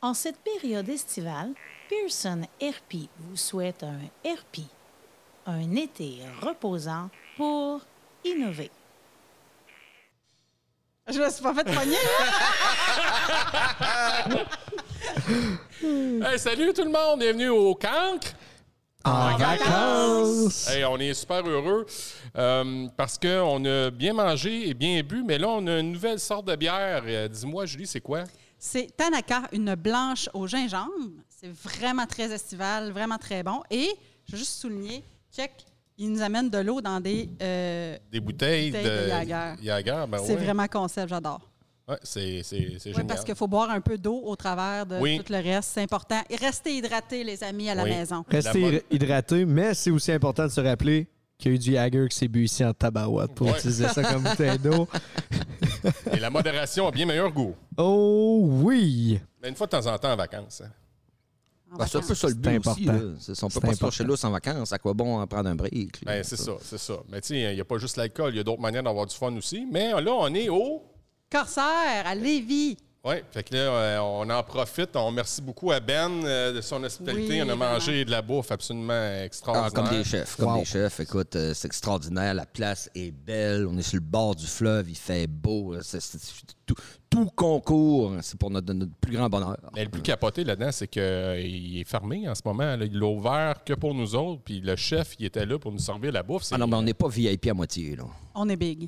En cette période estivale, Pearson RP vous souhaite un RP, un été reposant pour innover. Je me suis pas fait pogner. Hey, salut tout le monde, bienvenue au Cancre. En vacances! Hey, on est super heureux euh, parce qu'on a bien mangé et bien bu, mais là, on a une nouvelle sorte de bière. Euh, Dis-moi, Julie, c'est quoi? C'est Tanaka, une blanche au gingembre. C'est vraiment très estival, vraiment très bon. Et je veux juste souligner, check, il nous amène de l'eau dans des. euh, Des bouteilles, Bouteilles de Jager. de Jager. Ben c'est ouais. vraiment concept, j'adore. Ouais, c'est c'est- c'est Oui, génial. parce qu'il faut boire un peu d'eau au travers de Oui. tout le reste. C'est important. Et restez hydratés, les amis, à la Oui. maison. La Rester bonne- hydraté, mais c'est aussi important de se rappeler qu'il y a eu du Jagger qui s'est bu ici en tabarouette pour Ouais. utiliser ça comme bouteille d'eau. Et la modération a bien meilleur goût. Oh oui! Mais une fois de temps en temps en vacances. hein. en Ah, Ben, c'est un vacances. peu ça le C'est but aussi. important. là. C'est- On C'est peut pas se important. torcher là en vacances. À quoi bon en prendre un break? là? Ben, c'est ça, c'est ça. Mais tu sais, il n'y a pas juste l'alcool, il y a d'autres manières d'avoir du fun aussi. Mais là, on est au. Corsaire, à Lévis. Oui, fait que là, euh, on en profite. On remercie beaucoup à Ben euh, de son hospitalité. Oui, on a vraiment. mangé de la bouffe absolument Ah, extraordinaire. comme des chefs, comme Wow. des chefs. Écoute, euh, c'est extraordinaire. La place est belle. On est sur le bord du fleuve. Il fait beau. C'est- c'est- c'est tout, tout concours. C'est pour notre, notre plus grand bonheur. Mais le plus capoté là-dedans, c'est qu'il est fermé en ce moment. là. Il l'a ouvert que pour nous autres. Puis le chef, il était là pour nous servir la bouffe. C'est- euh, Ah non, mais on n'est pas VIP à moitié. Là. On est big.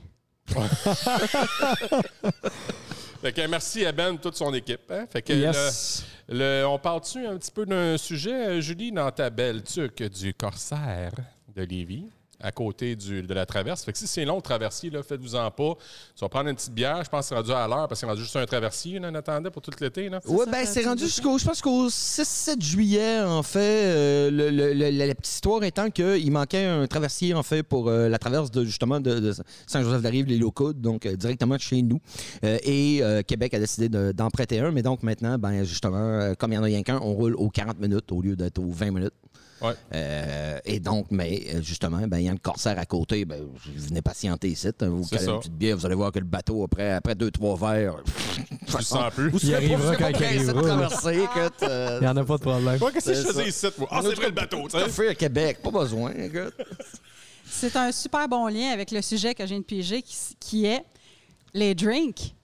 Fait que merci à Ben, toute son équipe. hein. Fait que Yes. le- le- on parle-tu un petit peu d'un sujet, euh, Julie, dans ta belle tuque du corsaire de Lévis, à côté du- de la traverse. Fait que si c'est long, le traversier, là, faites-vous-en pas. Tu vas prendre une petite bière. Je pense que c'est rendu à l'heure parce qu'on a juste un traversier, là, on attendait pour tout l'été. là. Oui, ça, ben ça, c'est ça rendu nous jusqu'au, je pense qu'au 6-7 juillet, en fait, euh, le- le- le- la, la petite histoire étant qu'il manquait un traversier, en fait, pour euh, la traverse de, justement, de, de Saint-Joseph-d'Arrive, les locaux, donc euh, directement de chez nous. Euh, et euh, Québec a décidé de- d'en prêter un, mais donc maintenant, ben justement, euh, comme il n'y en a rien qu'un, on roule aux 40 minutes au lieu d'être aux 20 minutes. Ouais. Euh, et donc, mais euh, justement, ben, il y a le corsaire à côté, ben, vous venez patienter ici, hein, vous C'est calez ça. une petite bière, vous allez voir que le bateau, après, après deux, trois verres, Tu le sens plus. vous serez arrivera pas, vous serez quand pas il pressé de arrivera. traverser, écoute, euh, Il n'y en a pas de problème. Moi, qu'est-ce que c'est je faisais ici? moi? Ah, c'est notre- vrai le bateau, tu tout à sais. fait à Québec, pas besoin, écoute. C'est un super bon lien avec le sujet que j'ai de piger qui, qui est les drinks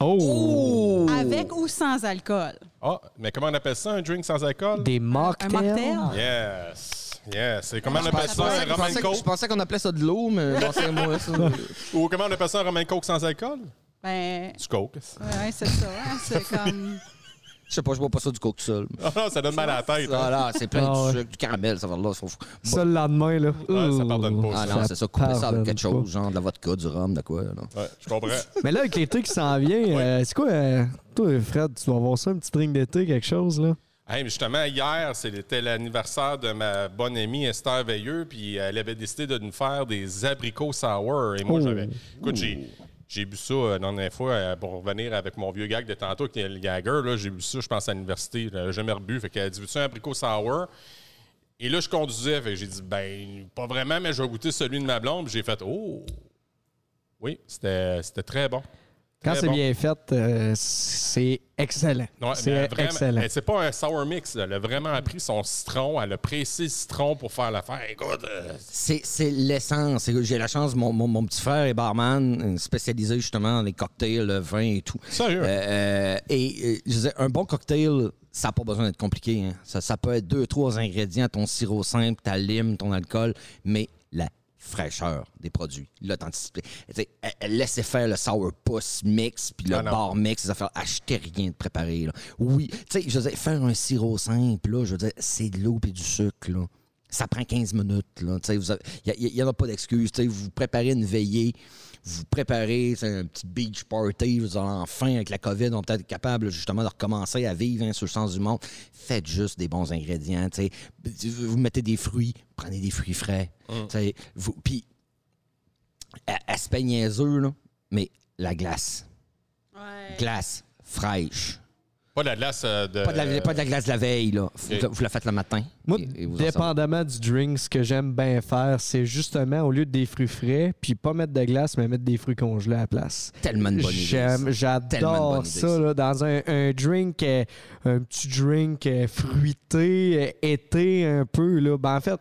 Oh! avec ou sans alcool. Ah, mais comment on appelle ça, un drink sans alcool? Des Un mocktails. mocktail. Yes. Yes. Et comment on Je appelle pense- ça, un je Roman Ah, pensais que- je Coke? pensais qu'on appelait ça de l'eau, mais non, c'est moi ça. Ou comment on appelle ça, un Roman Coke sans alcool? Ben, Du Coke. ouais, ouais, c'est ça. hein, C'est comme. Je sais pas, je bois pas ça du coke seul. Ah, non, ça donne mal à la tête. hein. Voilà, c'est plein Ah ouais. de sucre, du caramel, ça va là. sauf- Ça, le lendemain, là. Ouais, ça pardonne pas, Ah ça. non, c'est ça, couper ça pardonne avec pas. quelque chose, genre de la vodka, du rhum, de quoi. là. Ouais, je comprends. Mais là, avec l'été qui s'en vient, euh, c'est quoi, euh, toi, Fred, tu vas avoir ça, un petit drink d'été, quelque chose, là? Hey, mais justement, hier, c'était l'anniversaire de ma bonne amie Esther Veilleux, puis elle avait décidé de nous faire des abricots sour. Et moi, Oh. j'avais. Écoute, j'ai. J'ai bu ça euh, la dernière fois euh, pour revenir avec mon vieux gag de tantôt, qui est le Jagger. là, J'ai bu ça, je pense, à l'université. Je l'avais jamais rebu. Fait qu'elle a dit Veux-tu un abricot sour Et là, je conduisais. Fait que j'ai dit Ben, pas vraiment, mais je vais goûter celui de ma blonde. Puis j'ai fait Oh Oui, c'était c'était très bon. Quand Très c'est bon. bien fait, euh, c'est excellent. Ouais, mais c'est vraiment- excellent. mais C'est pas un sour mix. là. Elle a vraiment appris son citron. Elle a pressé le citron pour faire l'affaire. Écoute, euh, C'est c'est l'essence. C'est que J'ai la chance, mon, mon- mon petit frère est barman, euh, spécialisé justement dans les cocktails, le vin et tout. Sérieux? Euh, euh, et euh, je disais, un bon cocktail, ça n'a pas besoin d'être compliqué. hein. Ça, ça peut être deux, trois ingrédients, ton sirop simple, ta lime, ton alcool, mais la fraîcheur des produits, l'authenticité. Tu sais, euh, Laissez faire le sourpuss mix, puis le Ah non. bar mix, les affaires. Achetez rien de préparé. là. Oui, tu sais, je veux dire, faire un sirop simple, là, je veux dire, c'est de l'eau et du sucre. là. Ça prend 15 minutes. là. Tu sais, vous avez- Il n'y en a pas d'excuse. Tu sais, Vous préparez une veillée, vous préparez tu sais, un petit beach party. Vous allez enfin, avec la COVID, on peut être capable justement de recommencer à vivre hein, sur le sens du monde. Faites juste des bons ingrédients. tu sais. Vous mettez des fruits, prenez des fruits frais. Hum. tu sais. Vous- Puis, a- aspect niaiseux, là, mais la glace. Ouais. Glace fraîche. Pas de la glace euh, de. Pas de, la, pas de la glace de la veille, là. Vous, Ok. vous la faites le matin. Moi, et- et vous en servez. dépendamment du drink, ce que j'aime bien faire, c'est justement, au lieu de des fruits frais, puis pas mettre de glace, mais mettre des fruits congelés à la place. Tellement de bonne idée. J'aime, ça. Tellement une bonne j'adore idée, ça, ça. là, dans un, un drink, euh, un petit drink euh, fruité, euh, été un peu. Là. Ben, en fait,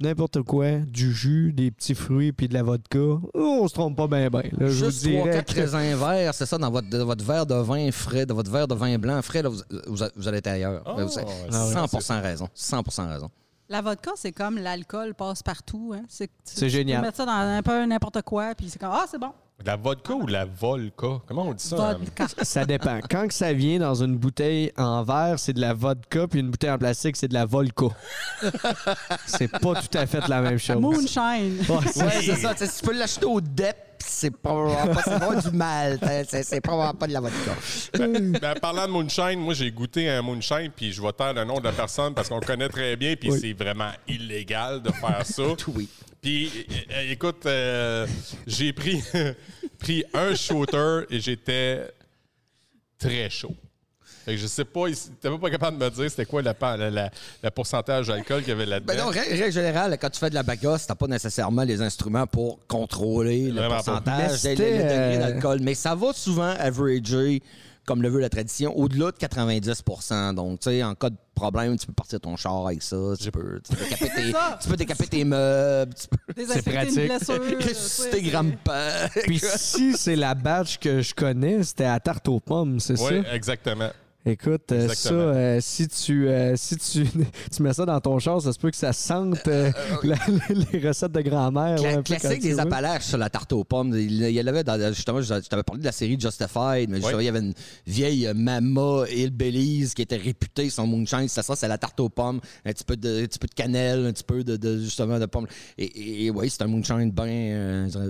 n'importe quoi, du jus, des petits fruits, puis de la vodka. Oh, On se trompe pas bien, bien. Je vous Juste trois, dirais quatre que raisins verts, c'est ça, dans votre, dans votre verre de vin frais, dans votre verre de vin blanc frais, là, vous, vous- vous allez être ailleurs. Oh, Là, vous avez ouais, 100% raison. 100% raison. La vodka, c'est comme l'alcool passe partout. hein. C'est C'est génial. Tu peux mettre ça dans un peu n'importe quoi, puis c'est comme Ah, c'est bon. De la vodka ou de la volca? Comment on dit ça? hein? Vodka. ça dépend. Quand que ça vient dans une bouteille en verre, c'est de la vodka, puis une bouteille en plastique, c'est de la volca. c'est pas tout à fait la même chose. Moonshine. Ouais, c'est- Ouais, c'est ça. Tu sais, si tu peux l'acheter au DEP, c'est probablement pas, c'est pas du mal. t'sais, C'est c'est probablement pas de la vodka. Ben, ben, parlant de moonshine, moi j'ai goûté un moonshine puis je vais taire le nom de la personne parce qu'on connaît très bien puis c'est vraiment illégal de faire ça. Oui. Puis é- é- écoute, euh, j'ai pris, pris un shooter et j'étais très chaud. Fait que je sais pas, t'es même pas capable de me dire c'était quoi le la, la- le pourcentage d'alcool qu'il y avait là-dedans. Ben non, règle règle générale, quand tu fais de la bagasse, t'as pas nécessairement les instruments pour contrôler le Vraiment pas. pourcentage, Mais le, le c'était, degré euh, d'alcool. Mais ça va souvent averager, comme le veut la tradition, au-delà de 90 Donc, tu sais, en cas de problème, tu peux partir ton char avec ça. Tu peux, tu peux décaper, tes, ça. tu peux décaper tes meubles. Tu peux Désinfecter pratique. une blessure. ressusciter tu sais, grand-père. Puis si c'est la batch que je connais, c'était à tarte aux pommes, c'est ça? Oui, exactement. Écoute, euh, ça, Exactement. euh, si tu euh, si tu, tu mets ça dans ton char, ça se peut que ça sente euh, la- les recettes de grand-mère. Cla- ouais, un peu classique comme tu des veux. Appalaches sur la tarte aux pommes. Il il y en avait dans, justement, je je t'avais parlé de la série Justified, mais justement, il y avait une vieille euh, Mama Hill Belize qui était réputée, son moonshine, c'est ça, c'est la tarte aux pommes, un petit peu de, un petit peu de cannelle, un petit peu de, de- justement de pommes. Et, et, et oui, c'est un moonshine bien euh,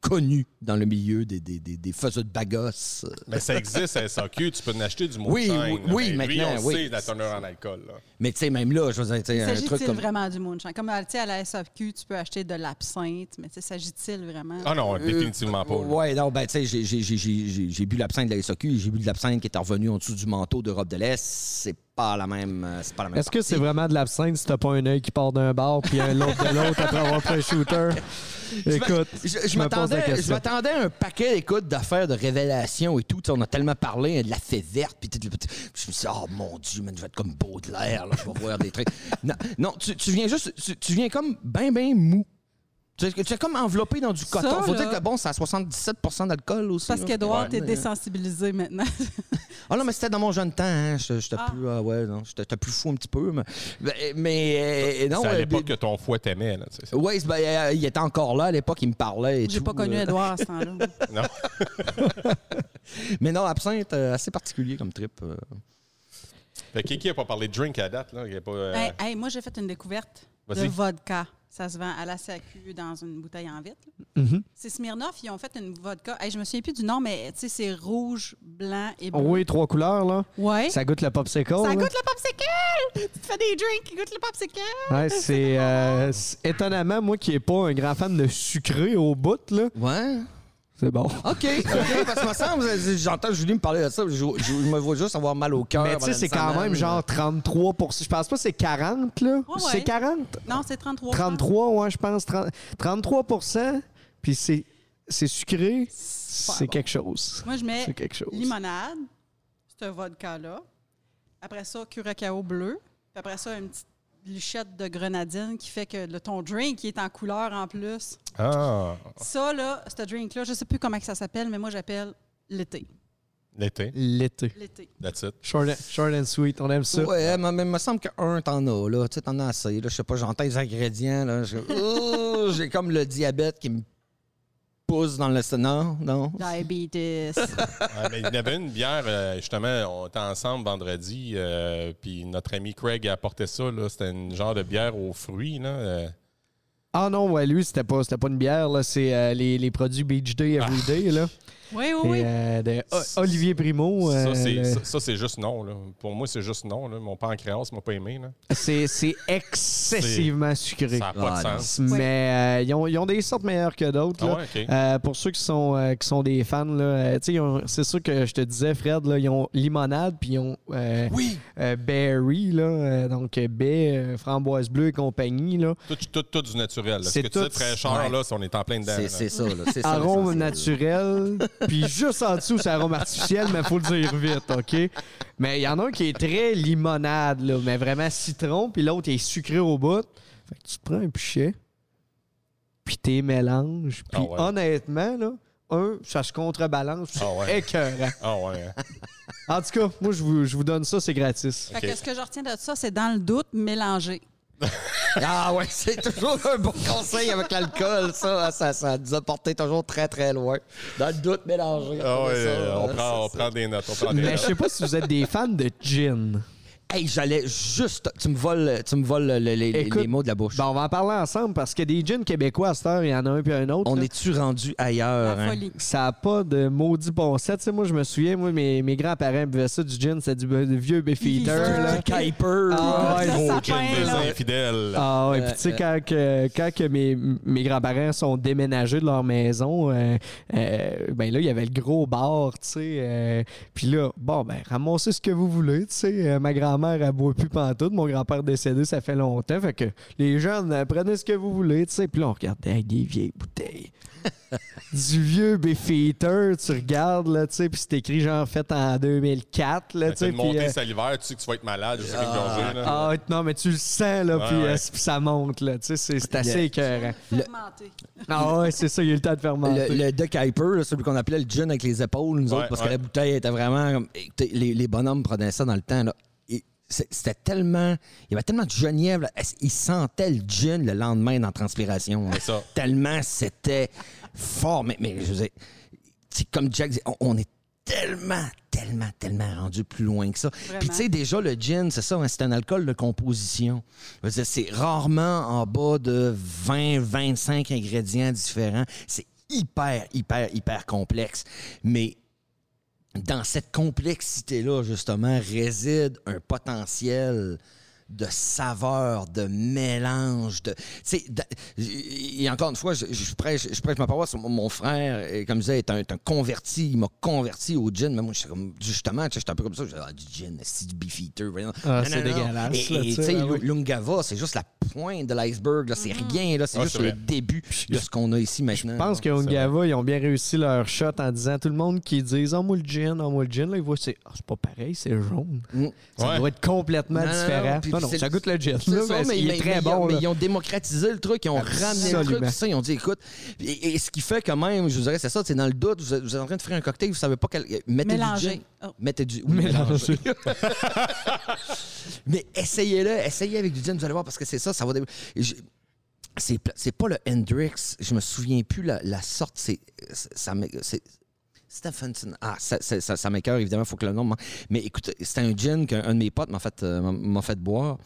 connu dans le milieu des, des, des, des faiseux de bagosses. Mais ça existe à SAQ, tu peux en acheter du Oui, moonshine. oui, là. oui, Ben, lui, maintenant, on oui. sait la teneur en alcool. là. Mais tu sais, même là, je veux dire, tu sais, un truc S'agit-il comme... vraiment du moonshine? Comme tu sais, à la SAQ, tu peux acheter de l'absinthe, mais tu sais, s'agit-il vraiment? Ah non, définitivement pas. là. Ouais, non, ben, tu sais, j'ai- j'ai- j'ai- j'ai j'ai- j'ai bu l'absinthe de la SAQ, j'ai bu de l'absinthe qui est revenue en dessous du manteau d'Europe de l'Est. C'est pas la même. euh, C'est pas la même. Est-ce que c'est partie. vraiment de l'absinthe si t'as pas un œil qui part d'un bar puis un autre de l'autre après avoir pris un shooter? Je m'a- Écoute, je, je je me pose la m'attendais- je question. m'attendais à un paquet écoute, d'affaires de révélations et tout. Tu sais, On a tellement parlé hein, de la fée verte. Puis tout, puis tout. je me suis dit, oh mon Dieu, man, je vais être comme Baudelaire. Là, je vais voir des traits. Non, non, tu, tu viens juste. Tu, tu viens comme ben, ben mou. Tu es, tu es comme enveloppé dans du Ça, coton. Faut là. dire que bon, c'est à 77 d'alcool aussi. Parce là. qu'Edouard, t'es Ouais. désensibilisé maintenant. Ah non, mais c'était dans mon jeune temps. Hein. J'étais j'étais Ah. plus, ah ouais, non, j'étais j'étais plus fou un petit peu. Mais, mais, mais, euh, non. C'est à euh, l'époque des- que ton foie t'aimait. là, tu sais. Ouais, c'est- ben, euh, il était encore là à l'époque, il me parlait. et J'ai tout, pas connu euh. Edouard à ce temps-là. Non. Mais non, absinthe, euh, assez particulier comme trip. euh. Fait que Kiki n'a pas parlé de drink à date. Là. Il a pas, euh, Hey, hey, moi, j'ai fait une découverte de Vas-y. vodka. Ça se vend à la SAQ dans une bouteille en vitre. là. Mm-hmm. C'est Smirnoff, ils ont fait une vodka. Hey, je me souviens plus du nom, mais tu sais, c'est rouge, blanc et bleu. Oh, Oui, trois couleurs, là. Ouais. Ça, Ça goûte le popsicle. là. goûte le popsicle! Tu te fais des drinks qui goûtent le popsicle! Ouais, c'est euh, c'est- étonnamment, moi qui est pas un grand fan de sucré au bout, là, Ouais. c'est bon. OK. OK, parce que me semble, euh, j'entends Julie me parler de ça. Je, je- je me vois juste avoir mal au cœur. Mais tu sais, pendant c'est une quand semaine. même genre 33 Je pense pas que c'est 40, là. ouais. C'est 40? Non, c'est 33. 33, ouais, je pense. 30 33 puis c'est c'est sucré, pas c'est bon. quelque chose. Moi, je mets C'est quelque chose. limonade, c'est un vodka-là. Après ça, curacao bleu. Puis après ça, une petite lichette de grenadine qui fait que le, ton drink il est en couleur en plus. Ah, Ça, là, ce drink-là, je sais plus comment que ça s'appelle, mais moi, j'appelle l'été. l'été. L'été. L'été. That's it. Short, and- short and sweet, on aime ça. Ouais, mais mais me semble qu'un, t'en as, là. Tu sais, t'en as assez. Là, je sais pas, j'entends les ingrédients, là. je- Oh, J'ai comme le diabète qui me pousse dans le Non, non. Diabetes. Ouais, mais il y avait une bière, euh, justement, on était ensemble vendredi, euh, puis notre ami Craig a apporté ça. là. C'était une genre de bière aux fruits. Là. euh. Ah. Ah non, ouais, lui, c'était pas, c'était pas une bière, là. C'est euh, les, les produits Beach Day Everyday, là. Oui, oui, Et, oui. euh, de O- Olivier Primo. euh, ça, c'est, le- ça- ça, c'est juste non. Là. Pour moi, c'est juste non. Là. Mon pancréas m'a pas aimé. Là. c'est c'est excessivement Ça sucré. n'a pas Ah, de non. sens. Mais euh, ils, ont, ils ont des sortes meilleures que d'autres. Ah là. ouais, ok. Euh, pour ceux qui sont, euh, qui sont des fans, là, euh, tu sais, ils ont- c'est sûr que je te disais, Fred, là, ils ont limonade puis ils ont euh, Oui! euh, berry, là, euh, donc euh, baie, euh, framboise bleue et compagnie. Là. Tout, tout, tout du naturel. là. Ce C'est que tu dis de tout- fraîcheur, ouais. là, si on est en plein dedans. C'est là. c'est ça, là. C'est ça, Arôme l'essentiel, là. naturel, puis juste en dessous, c'est arôme artificiel, mais faut le dire vite, OK? Mais il y en a un qui est très limonade, là, mais vraiment citron, puis l'autre est sucré au bout. Fait que tu prends un pichet, puis t'es mélanges, Ah puis ouais. honnêtement, là, un, ça se contrebalance, puis c'est Ah ouais. écœurant. Ah ouais. hein. En tout cas, moi, je vous, je vous donne ça, c'est gratis. Fait OK. que ce que je retiens de ça, c'est dans le doute, mélanger. Ah ouais, c'est toujours un bon conseil avec l'alcool, ça. Ah, ça. Ça nous a porté toujours très, très loin. Dans le doute mélangé. Ah ouais, Ça, euh, on, ça, prend, on ça. prend des notes. On prend des Mais je notes. sais pas si vous êtes des fans de gin. Hey, j'allais juste... Tu me voles, tu me voles le- le- les- Écoute, les mots de la bouche. Ben, on va en parler ensemble parce que des gins québécois à cette heure, il y en a un puis un autre. On là. est-tu rendu La ailleurs? hein? folie. Ça n'a pas de maudit bon set. Tu sais, moi, je me souviens, moi, mes, mes grands-parents buvaient ça du gin, c'était du du vieux Beefeater. Beefeater. là. Le Kuiper. Euh, Ah ouais, Gros sapin, gin des là. infidèles. Ah ouais, puis tu sais, quand, que, quand que mes, mes grands-parents sont déménagés de leur maison, euh, euh, ben là, il y avait le gros bar, tu sais. euh, puis là, bon, ben, ramassez ce que vous voulez, tu sais. Euh, ma grand-mère, elle boit plus pantoute. Mon grand-père décédé, ça fait longtemps. Fait que les jeunes, euh, prenez ce que vous voulez, tu sais. Puis là, on regardait avec des vieilles bouteilles. du vieux Beefeater, tu regardes, là, tu sais, puis c'est écrit genre fait en 2004, là, Tu tu sais. sais, de puis, monter euh, salivaire, tu sais que tu vas être malade, je sais qu'une gorgée, là. ah non, mais tu le sens, là, Ouais, puis ouais. euh, puis ça monte, là. Tu sais, c'est- c'est assez écœurant. Fermenter. Ah ouais, c'est ça, il y a eu le temps de fermenter. Ah, Le, le De Kuiper, là, celui qu'on appelait le gin avec les épaules, nous Ouais, autres, parce ouais. que la bouteille était vraiment. comme- écoutez, les, les bonhommes prenaient ça dans le temps. là. Et c'est- C'était tellement. Il y avait tellement de genièvre. là. Ils sentaient le gin le lendemain dans Transpiration. là. C'est ça. Tellement c'était fort. Mais, mais je veux dire, c'est comme Jack dit, on, on est tellement, tellement, tellement rendu plus loin que ça. Puis tu sais, déjà, le gin, c'est ça, hein, c'est un alcool de composition. Je veux dire, C'est rarement en bas de 20, 25 ingrédients différents. C'est hyper, hyper, hyper complexe. Mais dans cette complexité-là, justement, réside un potentiel de saveur, de mélange, de... tu sais, de- Et encore une fois, je, je prêche, je prêche ma parole sur mon, mon frère, euh, comme je disais, est un, est un converti, il m'a converti au gin, mais moi, je suis comme, justement, tu sais, j'étais un peu comme ça, je disais, ah, du gin, c'est du beefeater, voyons. Ah, Non, c'est non, non. dégueulasse, Et- là, Et tu tu sais, sais, ah oui. Lungava, c'est juste la pointe de l'iceberg, là, c'est rien, là, c'est Ah, juste c'est le vrai. début de ce qu'on a ici maintenant. Je pense que Ungava, ils ont bien réussi leur shot en disant tout le monde qui disent « Oh, moi, le gin, oh, moi, le gin », là, ils voient c'est Ah, c'est pas pareil, c'est jaune Mm. ». Ça Ouais. doit être complètement Non, non, non, différent. puis Non, non, c'est- ça goûte le gin, C'est là, ça, mais, mais, il est mais- très mais ils bon. ont- là. mais ils ont démocratisé le truc, ils ont ramené le truc, Absolument. tout ça, ils ont dit, écoute, et, et ce qui fait quand même, je vous dirais, c'est ça, c'est dans le doute, vous êtes, vous êtes en train de faire un cocktail, vous savez pas quel... euh, Mettez Mélanger. du gin. Oh. Mettez du... oui, Mélanger. mais essayez-le, essayez avec du gin, vous allez voir, parce que c'est ça, ça va... dé- je- C'est pla- c'est pas le Hendrix, je me souviens plus la, la sorte, c'est... c'est- ça me- c'est- Stephenson. Ah, ça, ça, ça, ça m'écoeure, évidemment, il faut que le nom. m'en- Mais écoute, c'était un gin qu'un un de mes potes m'a fait, euh, m'a- m'a fait boire.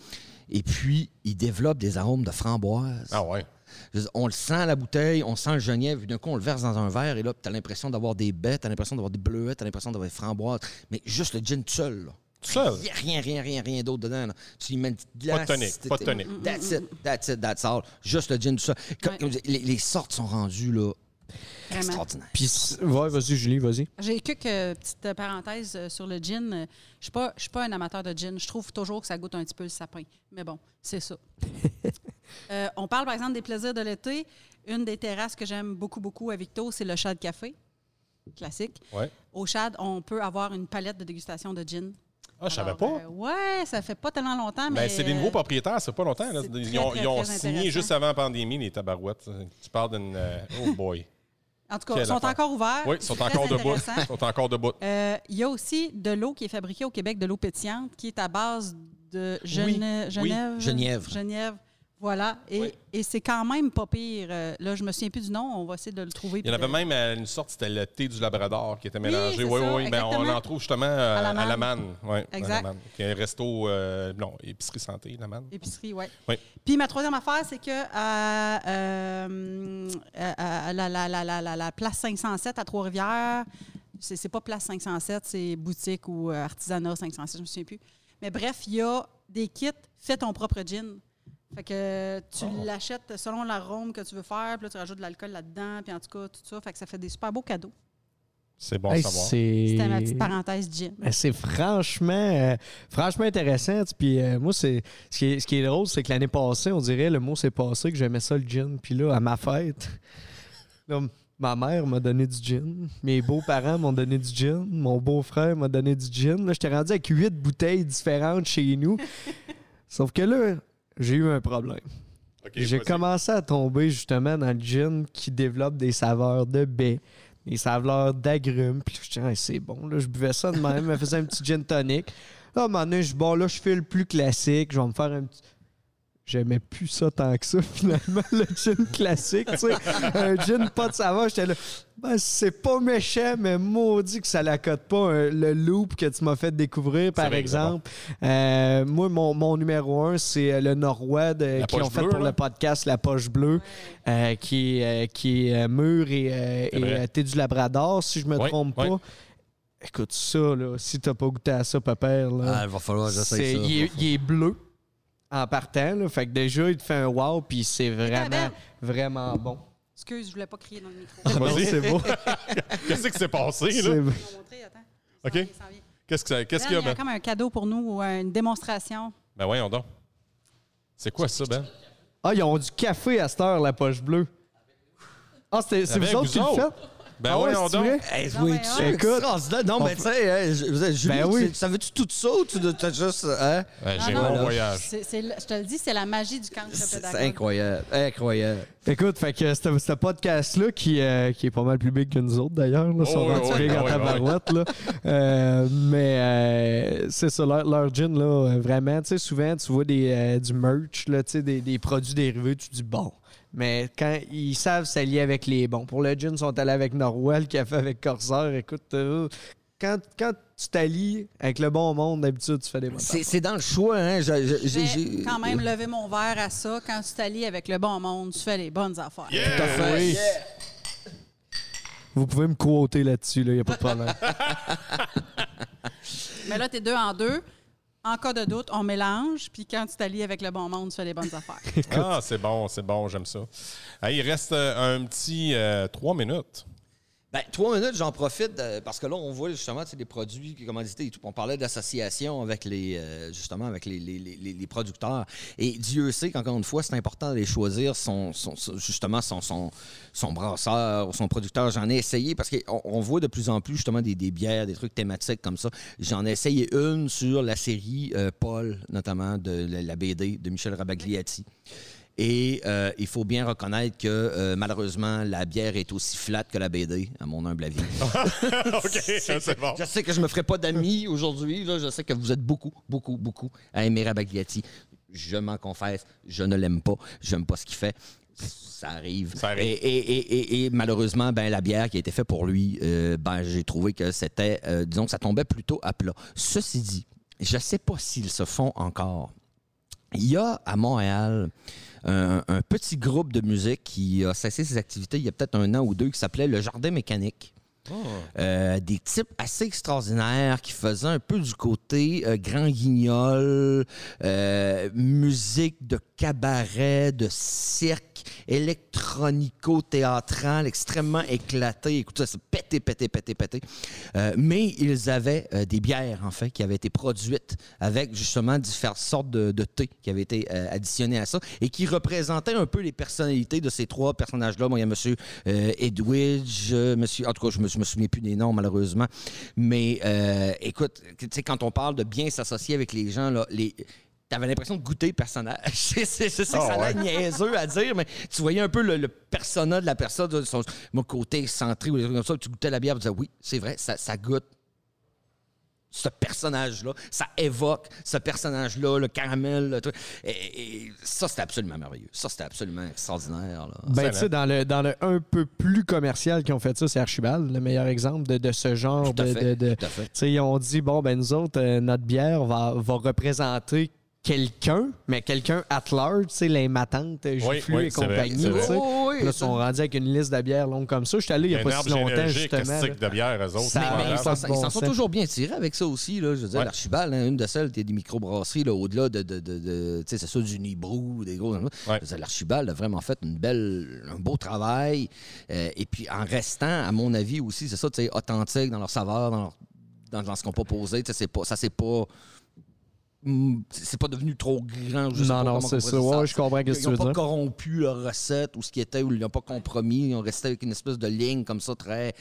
Et puis, il développe des arômes de framboise. Ah ouais. Je veux dire, On le sent à la bouteille, on sent le genièvre, puis d'un coup, on le verse dans un verre, et là, tu as l'impression d'avoir des bêtes, tu as l'impression d'avoir des bleuets, tu as l'impression d'avoir des framboises. Mais juste le gin tout seul, là. Tout seul. Il y a rien, rien, rien, rien d'autre dedans. là. Tu y mets une petite Pas de glace. tonic, pas de t'es- tonic. That's it, that's it, that's all. Juste le gin tout seul. Comme- Ouais. comme je dis, les, les sortes sont rendues, là, Vraiment. extraordinaires. Puis, c'est- ouais, vas-y, Julie, vas-y. J'ai que que- petite euh, parenthèse euh, sur le gin. euh, Je suis pas, je suis pas un amateur de gin. Je trouve toujours que ça goûte un petit peu le sapin. Mais bon, c'est ça. Euh, on parle par exemple des plaisirs de l'été. Une des terrasses que j'aime beaucoup beaucoup à Victo, c'est le chat de café, classique. Ouais. Au Chad, on peut avoir une palette de dégustation de gin. Ah, je savais Alors, pas. euh, ouais, ça fait pas tellement longtemps, mais euh, Ben, c'est des nouveaux propriétaires, ça fait pas longtemps. là. c'est Ils très, ont, très, ils ont très signé intéressant. juste avant la pandémie, les tabarouettes. Tu parles d'une. euh, oh boy. euh, en tout cas, Quelle ils sont affaire. encore ouverts. Oui, ils sont Très encore debout. intéressant. Ils sont encore debout. Euh, Il y a aussi de l'eau qui est fabriquée au Québec, de l'eau pétillante, qui est à base de Gene- Oui, oui, Genève. Genièvre. Genièvre, Voilà, et, Oui. et c'est quand même pas pire. Euh, là, je me souviens plus du nom, on va essayer de le trouver. Il y puis en de- avait même à une sorte, c'était le thé du Labrador qui était mélangé. c'est Oui, ça, oui, oui. Ben, on exactement. en trouve justement euh, À la à la manne. manne. Oui, à Exact. la manne. Qui est un resto, euh, non, épicerie santé, la manne. Épicerie, ouais. Oui. Puis ma troisième affaire, c'est que à, euh, à- à la, la- la- la- la- la place 507 à Trois-Rivières, c'est c'est pas place 507, c'est boutique ou euh, artisanat 507, je me souviens plus. Mais bref, il y a des kits, fais ton propre gin. Fait que tu l'achètes selon l'arôme que tu veux faire, puis là, tu rajoutes de l'alcool là-dedans, puis en tout cas, tout ça. Fait que ça fait des super beaux cadeaux. C'est bon à Hey, savoir. c'est- C'était ma petite parenthèse gin. Ben, C'est franchement, euh, franchement intéressant. tu sais, Puis euh, moi, c'est ce qui est, ce qui est drôle, c'est que l'année passée, on dirait le mot s'est passé que j'aimais ça le gin. Puis là, à ma fête, là, m- ma mère m'a donné du gin. Mes beaux-parents m'ont donné du gin. Mon beau-frère m'a donné du gin. Là, j'étais rendu avec huit bouteilles différentes chez nous. Sauf que là, j'ai eu un problème. Ok, J'ai vas-y. commencé à tomber justement dans le gin qui développe des saveurs de baie, des saveurs d'agrumes. Puis je disais, Hey, c'est bon, là, je buvais ça de même, je me faisais un petit gin tonic. Là, à un moment donné, je dis, bon, là, je fais le plus classique, je vais me faire un petit. J'aimais plus ça tant que ça, finalement, le gin classique, tu sais. Un gin pas de saveur, j'étais là. Ben, c'est pas méchant, mais maudit que ça l'accote pas un- le loop que tu m'as fait découvrir, par vrai que c'est bon. exemple. Euh, moi, mon, mon numéro un, c'est euh, le Norrois de- La qui poche ont fait bleue, pour là. le podcast La Poche Bleue, euh, qui, est, euh, qui est euh, mûr et, euh, C'est et, vrai. euh, thé du Labrador, si je me Oui, trompe oui. pas. Écoute ça, là, si t'as pas goûté à ça, papa, Ah, là, il va falloir que c'est, j'essaie ça. il, est, il est bleu en partant. Là, fait que déjà, il te fait un wow, puis c'est vraiment, belle. vraiment bon. Excuse, je voulais pas crier dans le micro. Non, Vas-y. c'est beau. Qu'est-ce qui s'est passé, là? C'est beau. Je vais vous montrer, attends. Ça OK. s'en vient, ça s'en vient. Qu'est-ce que ça- qu'est-ce Ben, qu'il y a, il y a Ben? comme un cadeau pour nous ou une démonstration. Ben, voyons donc. C'est quoi ça, Ben? Ah, ils ont du café à cette heure, la poche bleue. Ah, c'est, c'est Avec vous autres qui le vous autres. faites? Ben, Ah ouais, voyons c'est vrai? donc. Eh, Non, oui, mais tu hein. sais, Écoute. extraordinaire. non, mais tu sais, hein, je- je veux dire, Julie, Ben oui. tu- savais-tu tout ça ou tu t'as juste. hein? Ben, J'ai Non, non, mon non. voyage. C'est- c'est le- je te le dis, c'est la magie du camp de C'est pédagogue. c'est incroyable, incroyable. Écoute, fait que ce, ce podcast-là, qui, euh, qui est pas mal plus big que nous autres d'ailleurs, là, sont Oh, oui, rendus oui, big ah en oui, ah oui. tabarouette, là. Euh, mais euh, c'est ça, leur, leur gin, là, euh, vraiment, tu sais, souvent, tu vois des, euh, du merch, là, tu sais, des, des produits dérivés, tu dis bon. Mais quand ils savent s'allier avec les bons. Pour le gin, ils sont allés avec Norwell, qui a fait avec Corsair. Écoute, euh, quand, quand tu t'allies avec le bon monde, d'habitude, tu fais des bonnes C'est c'est dans le choix, hein. je- je- Je j'ai- vais j'ai- quand même lever mon verre à ça. Quand tu t'allies avec le bon monde, tu fais les bonnes affaires. Tout à fait. Oui. Vous pouvez me quoter là-dessus, là, il n'y a pas de problème. Mais là, t'es deux en deux. En cas de doute, on mélange. Puis quand tu t'allies avec le bon monde, tu fais les bonnes affaires. Ah, c'est bon, c'est bon, j'aime ça. Ah, il reste euh, un petit euh, trois minutes. Ben, trois minutes, j'en profite euh, parce que là, on voit justement tu sais, des produits qui commandités et tout. On parlait d'association avec les euh, justement avec les, les- les- les- les producteurs. Et Dieu sait qu'encore une fois, c'est important d'aller choisir son, son- son- justement son, son, son brasseur ou son producteur. J'en ai essayé parce qu'on on voit de plus en plus justement des, des bières, des trucs thématiques comme ça. J'en ai essayé une sur la série euh, Paul, notamment de la, la BD de Michel Rabagliati. Et euh, il faut bien reconnaître que euh, malheureusement, la bière est aussi flatte que la BD, à mon humble avis. OK, c'est bon. Je sais que je me ferai pas d'amis aujourd'hui. là. Je sais que vous êtes beaucoup, beaucoup, beaucoup à aimer Rabagliati. Je m'en confesse, je ne l'aime pas. J'aime pas ce qu'il fait. Ça arrive. Ça arrive. Et, et- et- et- et malheureusement, ben, la bière qui a été faite pour lui, euh, ben, j'ai trouvé que c'était, euh, disons que ça tombait plutôt à plat. Ceci dit, je ne sais pas s'ils se font encore. Il y a à Montréal un, un petit groupe de musique qui a cessé ses activités il y a peut-être un an ou deux qui s'appelait Le Jardin Mécanique. Euh, des types assez extraordinaires qui faisaient un peu du côté euh, grand guignol, euh, musique de cabaret, de cirque, électronico-théâtral, extrêmement éclaté. Écoute, ça, c'est pété, pété, pété, pété. Euh, mais ils avaient euh, des bières, en fait, qui avaient été produites avec justement différentes sortes de, de thé qui avaient été euh, additionnés à ça et qui représentaient un peu les personnalités de ces trois personnages-là. Bon, il y a monsieur euh, Edwidge, euh, monsieur, en tout cas, je me, je me souviens plus des noms, malheureusement. Mais euh, écoute, tu sais, quand on parle de bien s'associer avec les gens, là, les. T'avais l'impression de goûter le personnage. c'est c'est- c'est ça que Ah ça a ouais. l'air niaiseux à dire, mais tu voyais un peu le, le persona de la personne, de son, mon côté centré ou des trucs comme ça. Tu goûtais la bière, tu disais oui, c'est vrai, ça, ça goûte ce personnage-là. Ça évoque ce personnage-là, le caramel, le truc. Et, et ça, c'était absolument merveilleux. Ça, c'était absolument extraordinaire. là. Ben, tu sais, dans le, dans le un peu plus commercial qu'ils ont fait ça, c'est Archibald, le meilleur exemple de, de ce genre Tout à de. fait, de- de- tout à fait. tu sais, ils ont dit, bon, ben, nous autres, euh, notre bière va, va représenter quelqu'un, mais quelqu'un at large, tu sais, les matantes, Juflu oui, et c'est vrai, compagnie, c'est tu sais. vrai. Oh, oui, Puis là, ils ça- sont rendus avec une liste de bières longue comme ça. Je suis allé il n'y a pas si longtemps, justement. là. de bière, eux autres. c'est Ça- Mais malade. ils s'en- pas de ils bon s'en sont sens. toujours bien tirés avec ça aussi. Là. Je veux dire, Ouais. l'Archibald, hein, une de celles qui est des microbrasseries, là, au-delà de, de, de, de- tu sais, c'est ça, du Nibrou, des gros. Je veux dire, L'Archibald a vraiment fait une belle, un beau travail. euh, et puis, en restant, à mon avis aussi, c'est ça, tu sais, authentique dans leur saveur, dans, leur- dans, dans ce qu'on proposait. tu sais, c'est pas- Ça, c'est pas. hum, C'est pas devenu trop grand. je sais pas Non, non, comment c'est on ça. pourrait dire Ouais, je comprends ce que ils tu n'ont veux pas dire. corrompu leur recette ou ce qui était, ou ils l'ont pas compromis. Ils ont resté avec une espèce de ligne comme ça, très,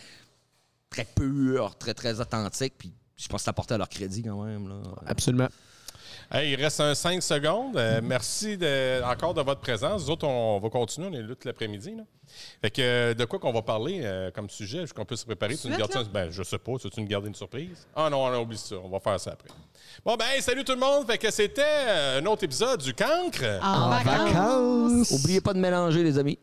très pure, très, très authentique. Puis je pense que ça portait à leur crédit quand même. Là. Absolument. Hey, il reste un 5 secondes. Euh, merci de- encore de votre présence. Nous autres, on, va continuer. On est là tout l'après-midi. là. Fait que euh, de quoi qu'on va parler euh, comme sujet, est-ce qu'on peut se préparer? Tu nous Suite, gardes ça- Ben, je sais pas. Tu veux nous garder une surprise? Ah non, on a oublié ça. On va faire ça après. Bon, ben, hey, salut tout le monde. Fait que c'était euh, un autre épisode du Cancre. En, En vacances! Oubliez pas de mélanger, les amis.